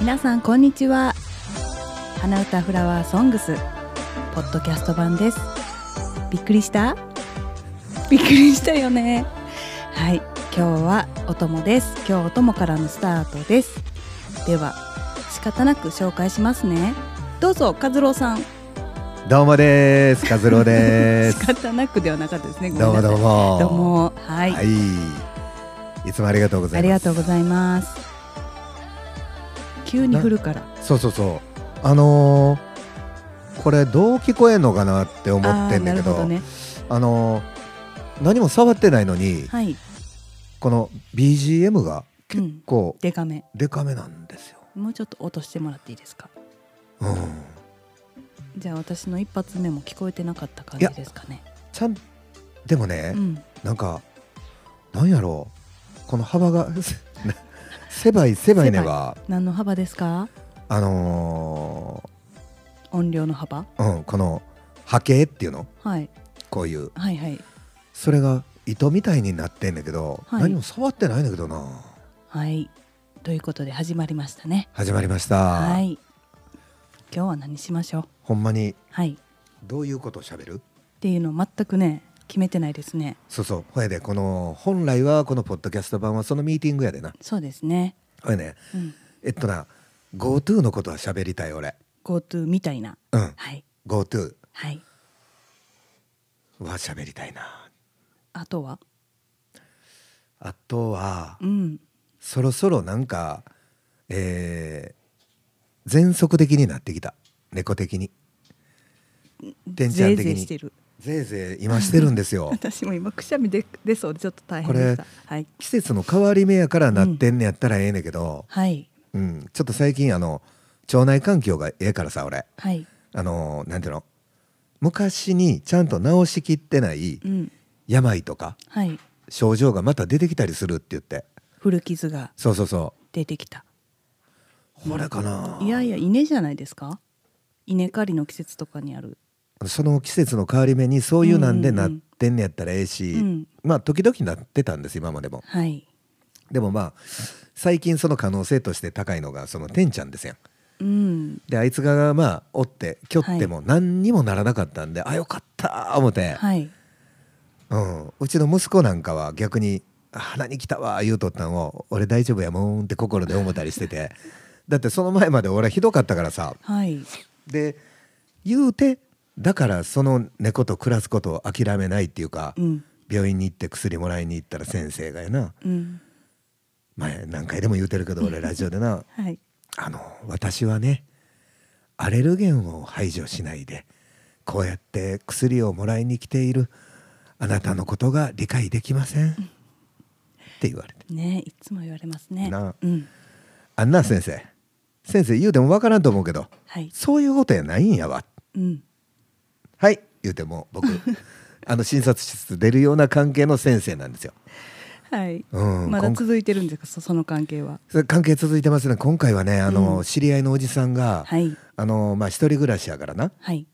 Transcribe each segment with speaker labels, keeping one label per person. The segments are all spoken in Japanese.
Speaker 1: 皆さんこんにちは花歌フラワーソングスポッドキャスト版ですびっくりしたびっくりしたよねはい今日はおともです今日おともからのスタートですでは仕方なく紹介しますねどうぞ和郎さん
Speaker 2: どうもです。カズロで
Speaker 1: 仕
Speaker 2: す。
Speaker 1: 方なくではなかったですねごめ
Speaker 2: どうん
Speaker 1: な
Speaker 2: も
Speaker 1: さい
Speaker 2: どうも。
Speaker 1: どうもはい、
Speaker 2: はい。いつもありがとうござ
Speaker 1: あ
Speaker 2: い
Speaker 1: り
Speaker 2: ま
Speaker 1: が
Speaker 2: す。
Speaker 1: とうございます急に降るから
Speaker 2: そうそうそう。あのー、これどう聞こえんのかなって思ってんだけど、あ
Speaker 1: あーなるほどね
Speaker 2: のー何も触ってないのに、
Speaker 1: はい、
Speaker 2: この BGM が
Speaker 1: うん、
Speaker 2: こう
Speaker 1: デカめ
Speaker 2: デカめなんですよ。
Speaker 1: もうちょっと落としてもらっていいですか
Speaker 2: うん。
Speaker 1: じゃあ私の一発目も聞こえてなかった感じですかね
Speaker 2: ちゃんでもね
Speaker 1: う、ん
Speaker 2: なんかなんやろうこの幅が 狭い狭いねが
Speaker 1: 何の幅ですか
Speaker 2: あの
Speaker 1: 音量の幅
Speaker 2: ー、うんこの波形っていうの
Speaker 1: はい
Speaker 2: こういう
Speaker 1: はいはい
Speaker 2: それが糸みたいになってんだけど、
Speaker 1: はい
Speaker 2: 何も触ってないんだけどな
Speaker 1: はいということで始まりましたね
Speaker 2: 始まりました、
Speaker 1: はい今日は何しましょう
Speaker 2: ほんまに
Speaker 1: はい
Speaker 2: どういうことをしゃべる
Speaker 1: っていうのを全くね決めてないですね
Speaker 2: そうそうほやでこの本来はこのポッドキャスト版はそのミーティングやでな
Speaker 1: そうですね、
Speaker 2: ほやね
Speaker 1: うん、
Speaker 2: えっとな GoTo のことはしゃべりたい俺
Speaker 1: GoTo みたいな
Speaker 2: うん
Speaker 1: はい
Speaker 2: GoTo
Speaker 1: はい
Speaker 2: はしゃべりたいな
Speaker 1: あとは
Speaker 2: あとは
Speaker 1: うん
Speaker 2: そろそろなんかえー、全速的になってきた猫的にてんちゃん的
Speaker 1: ぜいぜ
Speaker 2: に
Speaker 1: いしてる
Speaker 2: ぜいぜい今してるんで すよ
Speaker 1: 私も今くしゃみで出そうでちょっと大変
Speaker 2: こ
Speaker 1: で
Speaker 2: れ
Speaker 1: したはい
Speaker 2: 季節の変わり目やからなってんねやったらええねんけど、
Speaker 1: はい
Speaker 2: うんちょっと最近あの腸内環境がええからさ俺
Speaker 1: はい
Speaker 2: あのーなんていうの昔にちゃんと治しきってない
Speaker 1: うん
Speaker 2: 病とか
Speaker 1: はい
Speaker 2: 症状がまた出てきたりするって言って
Speaker 1: 古傷が
Speaker 2: そうそうそ
Speaker 1: 出てきた
Speaker 2: うこれかない
Speaker 1: やいや稲じゃないですか稲刈りの季節とかにある
Speaker 2: その季節の変わり目にそういうなんで
Speaker 1: うんうんう
Speaker 2: なんってんねやったらええし、
Speaker 1: うん
Speaker 2: まあ時々なってたんです今までも
Speaker 1: はい
Speaker 2: でもまあ最近その可能性として高いのがそのてんちゃんですやん
Speaker 1: うん
Speaker 2: であいつがまあおってきょっても何にもならなかったんで、あよかった思て、
Speaker 1: はい
Speaker 2: うん、うちの息子なんかは逆に「鼻に来たわ」言うとったんを「俺大丈夫やもん」って心で思ったりし ててだってその前まで俺はひどかったからさ
Speaker 1: はい
Speaker 2: で言うてだからその猫と暮らすことを諦めないっていうか、
Speaker 1: うん
Speaker 2: 病院に行って薬もらいに行ったら先生がやな
Speaker 1: うん
Speaker 2: 前何回でも言うてるけど俺ラジオでな
Speaker 1: はい
Speaker 2: あの私はねアレルゲンを排除しないでこうやって薬をもらいに来ているあなたのことが理解できませんって言われて
Speaker 1: ねいつも言われますね
Speaker 2: なあ
Speaker 1: うん
Speaker 2: あんな先生先生言うてもわからんと思うけど
Speaker 1: はい
Speaker 2: そういうことやないんやわ
Speaker 1: うん
Speaker 2: はい言うてもう 僕あの診察室出るような関係の先生なんですよ。
Speaker 1: はい、
Speaker 2: うん
Speaker 1: まだ
Speaker 2: 今回
Speaker 1: 続いてるんですかそその関係は
Speaker 2: それ関係続いてますね今回はねあの、
Speaker 1: うん
Speaker 2: 知り合いのおじさんが、
Speaker 1: はい
Speaker 2: あのまあ、一人暮らしやからな
Speaker 1: はい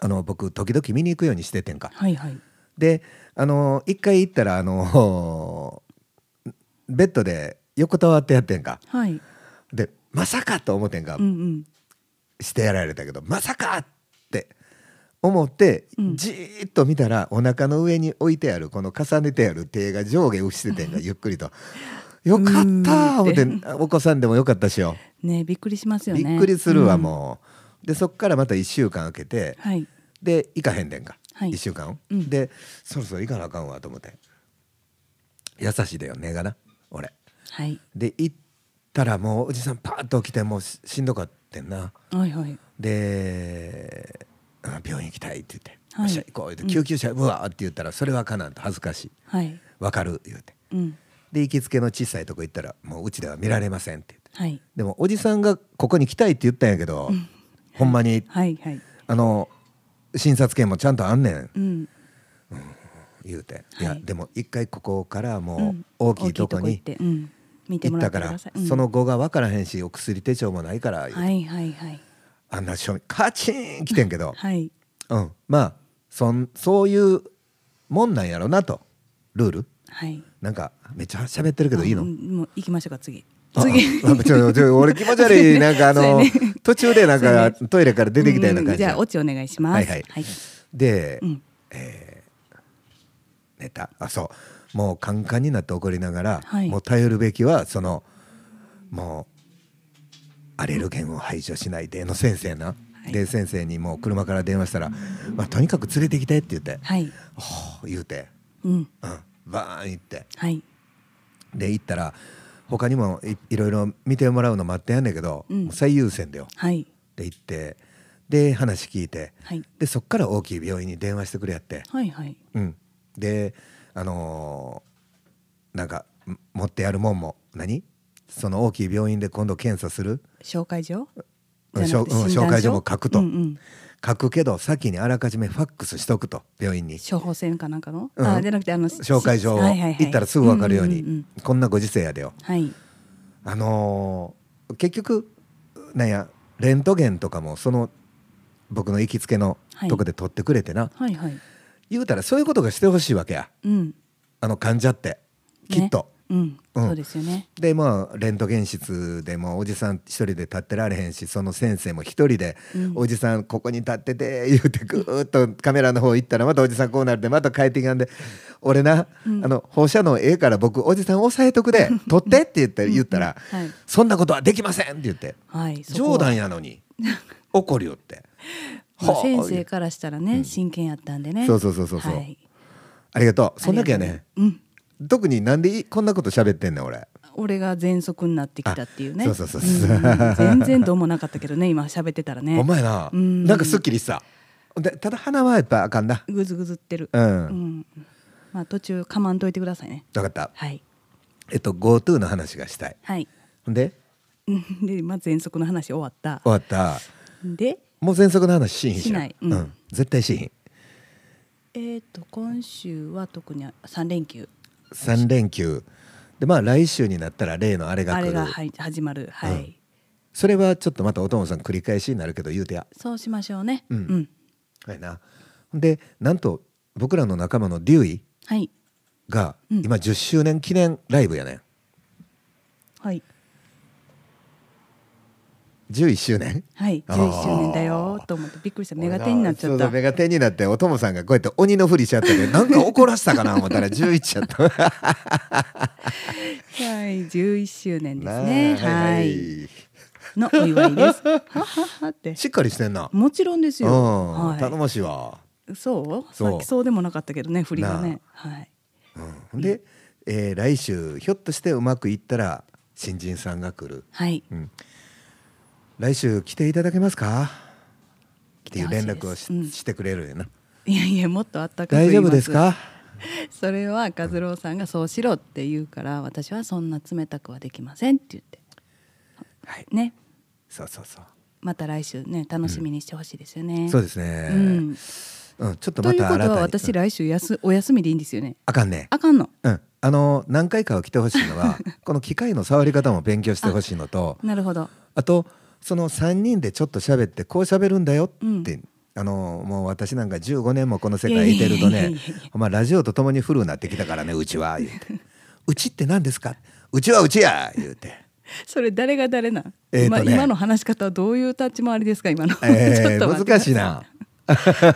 Speaker 2: あの僕時々見に行くようにしててんか。
Speaker 1: はいはい
Speaker 2: であの一回行ったらあのベッドで横たわってやってんか
Speaker 1: はい
Speaker 2: でまさかと思ってんか、
Speaker 1: うんうん
Speaker 2: してやられたけどまさかって思って、
Speaker 1: うん
Speaker 2: じーっと見たらお腹の上に置いてあるこの重ねてある手が上下をして てんかゆっくりと。よかったー
Speaker 1: う
Speaker 2: 思って
Speaker 1: ーん
Speaker 2: お子さんでもよかったしよ
Speaker 1: ねびっくりしますよね
Speaker 2: びっくりするわ
Speaker 1: うん
Speaker 2: もう、でそっからまた1週間空けて
Speaker 1: はい
Speaker 2: で行かへんでんか、
Speaker 1: はい
Speaker 2: 1週間、
Speaker 1: うん
Speaker 2: でそろそろ行かなあかんわと思って優しいだよねがな俺
Speaker 1: はい
Speaker 2: で行ったらもうおじさんパーッと起きてもうししんどかってんな
Speaker 1: はいはい
Speaker 2: であ「病院行きたい」って言って「
Speaker 1: はい
Speaker 2: よっしゃ行こう」言って「救急車うわ」って言ったら「それはかなん」と恥ずかしい
Speaker 1: はい
Speaker 2: 「わかる」言うて
Speaker 1: うん
Speaker 2: で行きつけの小さいとこ行ったら「もううちでは見られません」って言って
Speaker 1: はい
Speaker 2: でもおじさんがここに来たいって言ったんやけど、ほんまに
Speaker 1: はいはい
Speaker 2: あの診察券もちゃんとあんねん
Speaker 1: うん
Speaker 2: 言うて、
Speaker 1: はい
Speaker 2: い、やでも一回ここからもう大きいとこ
Speaker 1: 大き
Speaker 2: に
Speaker 1: 行ってうん、見て
Speaker 2: 行
Speaker 1: も
Speaker 2: っ
Speaker 1: ら
Speaker 2: た
Speaker 1: ってく
Speaker 2: か
Speaker 1: だ
Speaker 2: ら
Speaker 1: さい、うん
Speaker 2: その後が分からへんしお薬手帳もないから、
Speaker 1: はいはいはい
Speaker 2: あんな正面カチーン来てんけど、
Speaker 1: はい
Speaker 2: うん、まあそんそういうもんなんやろなとルール
Speaker 1: はい
Speaker 2: なんかめっちゃ喋ってるけどいいの、
Speaker 1: あうんもう行きましょうか次次
Speaker 2: あなんかちょっとちょ俺気持ち悪いなんか あ
Speaker 1: そうや
Speaker 2: の、
Speaker 1: ね
Speaker 2: 途中でなん
Speaker 1: そうや
Speaker 2: か
Speaker 1: ね
Speaker 2: トイレから出てきたような
Speaker 1: ん
Speaker 2: 感じ
Speaker 1: じ
Speaker 2: で、
Speaker 1: ゃあオチお願いします
Speaker 2: はいはいで、
Speaker 1: うん
Speaker 2: えーネタあそうもうカンカンになって怒りながら、
Speaker 1: はい
Speaker 2: もう頼るべきはそのもうアレルゲンを排除しないでの先生な、
Speaker 1: い
Speaker 2: で先生にもう車から電話したら、まあ、とにかく連れてきてって言って、
Speaker 1: はい
Speaker 2: ほう言うて、
Speaker 1: うん
Speaker 2: うん、バーン行って
Speaker 1: はい
Speaker 2: で行ったら他にもいいろいろ見てもらうの待ってやんねんけど、
Speaker 1: うん
Speaker 2: もう最優先だよ
Speaker 1: はい
Speaker 2: って言ってで話聞いて
Speaker 1: はい
Speaker 2: でそっから大きい病院に電話してくれやって、
Speaker 1: はいはい
Speaker 2: うん、であのーなんかん持ってやるもんも何その大きい病院で今度検査する
Speaker 1: 紹介状
Speaker 2: うん
Speaker 1: じゃなくて
Speaker 2: 紹うん
Speaker 1: 診断
Speaker 2: 紹介状も書くと
Speaker 1: うんうん
Speaker 2: 書くけど先にあらかじめファックスしとくと病院に
Speaker 1: 処方箋かなんかの、
Speaker 2: うん
Speaker 1: あじゃなくてあのし
Speaker 2: 紹介状を
Speaker 1: はいはいはい
Speaker 2: 行ったらすぐ分かるように、
Speaker 1: んんん
Speaker 2: こんなご時世やでよ
Speaker 1: はい
Speaker 2: あのー結局なんやレントゲンとかもその僕の行きつけの
Speaker 1: はい
Speaker 2: とこで取ってくれてな、
Speaker 1: はいはい
Speaker 2: 言うたらそういうことがしてほしいわけや
Speaker 1: うん
Speaker 2: あの患者ってき
Speaker 1: ね
Speaker 2: っと。
Speaker 1: うん、
Speaker 2: うん
Speaker 1: そうですよね
Speaker 2: でまあレントゲン室でもうおじさん一人で立ってられへんしその先生も一人で、
Speaker 1: うん
Speaker 2: おじさんここに立ってて」言うてぐーっとカメラの方行ったらまたおじさんこうなるでまた帰ってきたんで「俺な、あの放射能ええから僕おじさん押さえと くで撮って」って言って言ったら
Speaker 1: うんうんはい
Speaker 2: 「そんなことはできません!」って言って
Speaker 1: はい
Speaker 2: 「
Speaker 1: そこは
Speaker 2: 冗談や のに怒るよ」って。
Speaker 1: まあ
Speaker 2: はあ
Speaker 1: 先生からしたらね、真剣やったんでね
Speaker 2: そうそうそうそうそう
Speaker 1: はい、
Speaker 2: ありがとうそんだけやね
Speaker 1: ありがとうねうん
Speaker 2: 特になんでいこんなこと喋ってんねん俺
Speaker 1: 俺が喘息になってきたっていうね
Speaker 2: あそうそうそうそうん
Speaker 1: ん全然どうもなかったけどね今喋ってたらね
Speaker 2: お前な
Speaker 1: うん
Speaker 2: なんかすっきりしたでただ鼻はやっぱあかんな
Speaker 1: ぐずぐずってる
Speaker 2: う、
Speaker 1: うんんまあ途中かまんといてくださいね
Speaker 2: 分かった
Speaker 1: はい
Speaker 2: えっと GoTo の話がしたい
Speaker 1: はい
Speaker 2: で
Speaker 1: うんでまあ喘息の話終わった
Speaker 2: 終わった
Speaker 1: で
Speaker 2: もう喘息の話しひんじゃん
Speaker 1: しないうん
Speaker 2: 絶対しひん
Speaker 1: えっ、と今週は特に三連休
Speaker 2: 3連休でまあ来週になったら例のあれが
Speaker 1: あ
Speaker 2: 来
Speaker 1: れ
Speaker 2: る
Speaker 1: が、はい、始まるはい、
Speaker 2: うんそれはちょっとまたお友さん繰り返しになるけど言うてや
Speaker 1: そうしましょうね
Speaker 2: うん
Speaker 1: うん、
Speaker 2: はいなでなんと僕らの仲間のデューイ
Speaker 1: はい
Speaker 2: が
Speaker 1: うん
Speaker 2: 今10周年記念ライブやねん
Speaker 1: はい
Speaker 2: 11周年
Speaker 1: はい、
Speaker 2: あ
Speaker 1: 11
Speaker 2: ー
Speaker 1: 周年だよと思ってびっくりしたメガテンになっちゃっ
Speaker 2: そう
Speaker 1: た
Speaker 2: そうメガテンになっておともさんがこうやって鬼のふりしちゃった けどなんか怒らせたかな思ったら11やった
Speaker 1: はい11周年です
Speaker 2: な
Speaker 1: ね
Speaker 2: あ
Speaker 1: はい、のお祝いですはははって
Speaker 2: しっかりしてんな
Speaker 1: もちろんですよ、
Speaker 2: うん頼
Speaker 1: は
Speaker 2: もしいわ、
Speaker 1: い、そう
Speaker 2: そう
Speaker 1: さっきそうでもなかったけどね振りがね
Speaker 2: な
Speaker 1: はい
Speaker 2: うん、で、えー来週ひょっとしてうまくいったら新人さんが来る、
Speaker 1: はい
Speaker 2: うん、来週来ていただけますかっていう連絡
Speaker 1: 来てほしいで
Speaker 2: をし,、
Speaker 1: すうん
Speaker 2: してくれるよな、
Speaker 1: いやいやもっとあったかく言
Speaker 2: 大
Speaker 1: い
Speaker 2: 丈
Speaker 1: ま
Speaker 2: 夫ですか
Speaker 1: それは和郎さんがそうしろって言うから私はそんな冷たくはできませんって言って
Speaker 2: はい
Speaker 1: ね
Speaker 2: そうそうそう、
Speaker 1: また来週ね楽しみにしてほしいですよね、
Speaker 2: そうですね、
Speaker 1: う
Speaker 2: うん
Speaker 1: ん
Speaker 2: ちょっと
Speaker 1: と
Speaker 2: ま
Speaker 1: いう
Speaker 2: た
Speaker 1: こ
Speaker 2: 新た
Speaker 1: と
Speaker 2: に
Speaker 1: は私
Speaker 2: うん
Speaker 1: 来週やすお休みでいいんですよね
Speaker 2: あかんね
Speaker 1: あかんの
Speaker 2: うんあの何回かは来てほしい のはこの機械の触り方も勉強してほしいのと
Speaker 1: なるほど
Speaker 2: あとその3人でちょっと喋ってこう喋るんだよって、
Speaker 1: うん
Speaker 2: あのもう私なんか15年もこの世界いてると
Speaker 1: いやいやい
Speaker 2: ね
Speaker 1: やいや
Speaker 2: 「お前ラジオと共にフルになってきたからねうちは」言うて「うちって何ですか?」「うちはうちや」言 うて。
Speaker 1: それ誰が誰なん、
Speaker 2: えーと
Speaker 1: ま
Speaker 2: ね
Speaker 1: 今の話し方はどういう立ち回りですか今の、 ちょ
Speaker 2: え
Speaker 1: っ
Speaker 2: ー
Speaker 1: と待ってくだ
Speaker 2: 難
Speaker 1: さ
Speaker 2: しいな。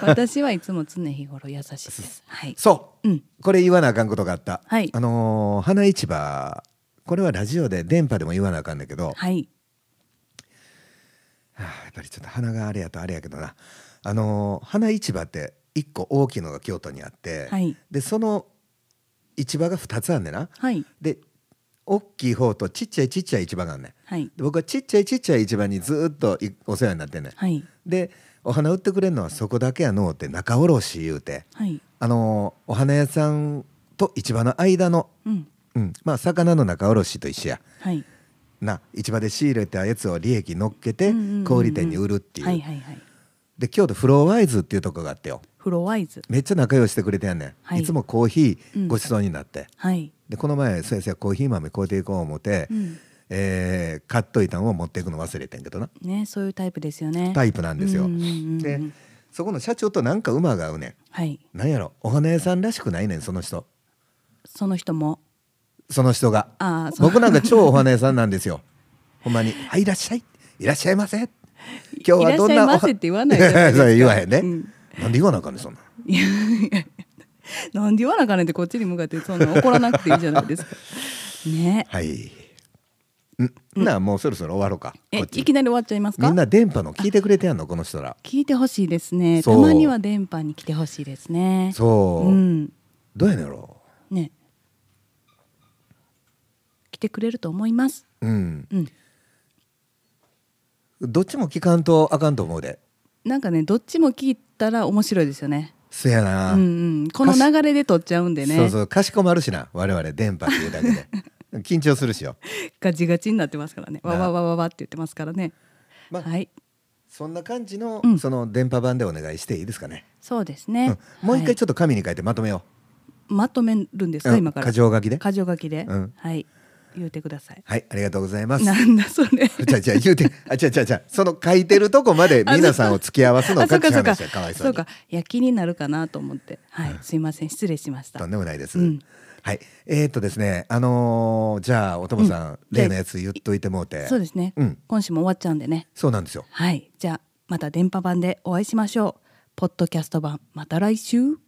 Speaker 1: 私はいつも常日頃優しいですはい
Speaker 2: そう、
Speaker 1: うん
Speaker 2: これ言わなあかんことがあった、
Speaker 1: はい
Speaker 2: あのー花市場これはラジオで電波でも言わなあかんだけど、
Speaker 1: はい
Speaker 2: はあやっぱりちょっと花があれやとあれやけどなあのー花市場って一個大きいのが京都にあって、
Speaker 1: はい
Speaker 2: でその市場が2つあんねんな
Speaker 1: はい
Speaker 2: で大きい方とちっちゃいちっちゃい市場があんねん
Speaker 1: はい
Speaker 2: で僕はちっちゃいちっちゃい市場にずーっといお世話になってんねん、
Speaker 1: はい
Speaker 2: でお花売ってくれるのはそこだけやのうって仲卸言うて
Speaker 1: はい
Speaker 2: あのーお花屋さんと市場の間の、
Speaker 1: うん
Speaker 2: うん、まあ魚の仲卸と一緒や
Speaker 1: はい
Speaker 2: な市場で仕入れたやつを利益乗っけて
Speaker 1: うんうんうんうん
Speaker 2: 小売店に売るっていう,、
Speaker 1: はいはいはい
Speaker 2: で京都フローワイズっていうとこがあってよ
Speaker 1: フロワイズ
Speaker 2: めっちゃ仲良してくれてやんねん、
Speaker 1: はい
Speaker 2: い、つもコーヒ
Speaker 1: うん
Speaker 2: ーごちそうになって、
Speaker 1: はい
Speaker 2: でこの前先生はコーヒー豆買うていこう思って、
Speaker 1: うん
Speaker 2: えー買っといたんを持っていくの忘れてんけどな
Speaker 1: ねそういうタイプですよね
Speaker 2: タ
Speaker 1: イ
Speaker 2: イプなんですよ、
Speaker 1: うんうんうん
Speaker 2: でそこの社長となんか馬が合うね
Speaker 1: はい
Speaker 2: んなんやろお花屋さんらしくないねんその人
Speaker 1: その人も
Speaker 2: その人が
Speaker 1: あーそう
Speaker 2: 僕なんか超お花屋さんなんですよほんまに「はいいらっしゃいいらっしゃいませ」今日はどん
Speaker 1: いらっしゃ
Speaker 2: ない
Speaker 1: ませって言わないじゃないですか
Speaker 2: そう言わへんね、
Speaker 1: うん
Speaker 2: なんで言わなあかんねんそんなん
Speaker 1: いやいやなんで言わなあかんねんってこっちに向かってそんな怒らなくていいじゃないですかね
Speaker 2: はいんなあもうそろそろ終わろうか
Speaker 1: え
Speaker 2: こ
Speaker 1: い
Speaker 2: っち
Speaker 1: きなり終わっちゃいますか
Speaker 2: みんな電波の聞いてくれてやんのこの人ら
Speaker 1: 聞いてほしいですねた
Speaker 2: そう
Speaker 1: まには電波に来てほしいですね
Speaker 2: そう、
Speaker 1: ん
Speaker 2: どうやねんやろ
Speaker 1: ね来てくれると思います
Speaker 2: うん
Speaker 1: うん
Speaker 2: どっちも聞かんとあかんと思うで
Speaker 1: なんかねどっちも聞いたら面白いですよね
Speaker 2: そやな、
Speaker 1: うんうんこの流れで撮っちゃうんでね
Speaker 2: そうそうかしこまるしな我々電波っていうだけで 緊張するしよ
Speaker 1: ガチガチになってますからね
Speaker 2: な
Speaker 1: わわわわわって言ってますからね、
Speaker 2: まあ
Speaker 1: はい
Speaker 2: そんな感じの、
Speaker 1: うん
Speaker 2: その電波版でお願いしていいですかね、
Speaker 1: そうですね、
Speaker 2: うんもう一
Speaker 1: は
Speaker 2: 回
Speaker 1: い
Speaker 2: ちょっと紙に書いてまとめよ
Speaker 1: まとめるんです
Speaker 2: う、
Speaker 1: か、
Speaker 2: うん
Speaker 1: 今から
Speaker 2: 箇条書きで
Speaker 1: 箇条書きで、
Speaker 2: うん
Speaker 1: はい言ってください
Speaker 2: はいありがとうございます
Speaker 1: なんだそ れ
Speaker 2: じゃあじゃあ言うてあじゃあじゃあじゃあその書いてるとこまで皆さんを付き合わすの
Speaker 1: あそ
Speaker 2: かっ
Speaker 1: う
Speaker 2: て
Speaker 1: かそうか
Speaker 2: 話やかわいそう
Speaker 1: そう
Speaker 2: に
Speaker 1: かいや気になるかなと思ってはいすいません失礼しました
Speaker 2: とんでもないです、
Speaker 1: うん
Speaker 2: はいえー、っとですねあのーじゃあおともさ
Speaker 1: う
Speaker 2: ん、
Speaker 1: ん
Speaker 2: 例のやつ言っといてもうて
Speaker 1: そうですね、
Speaker 2: うん
Speaker 1: 今週も終わっちゃうんでね
Speaker 2: そうなんですよ
Speaker 1: はいじゃあまた電波版でお会いしましょうポッドキャスト版また来週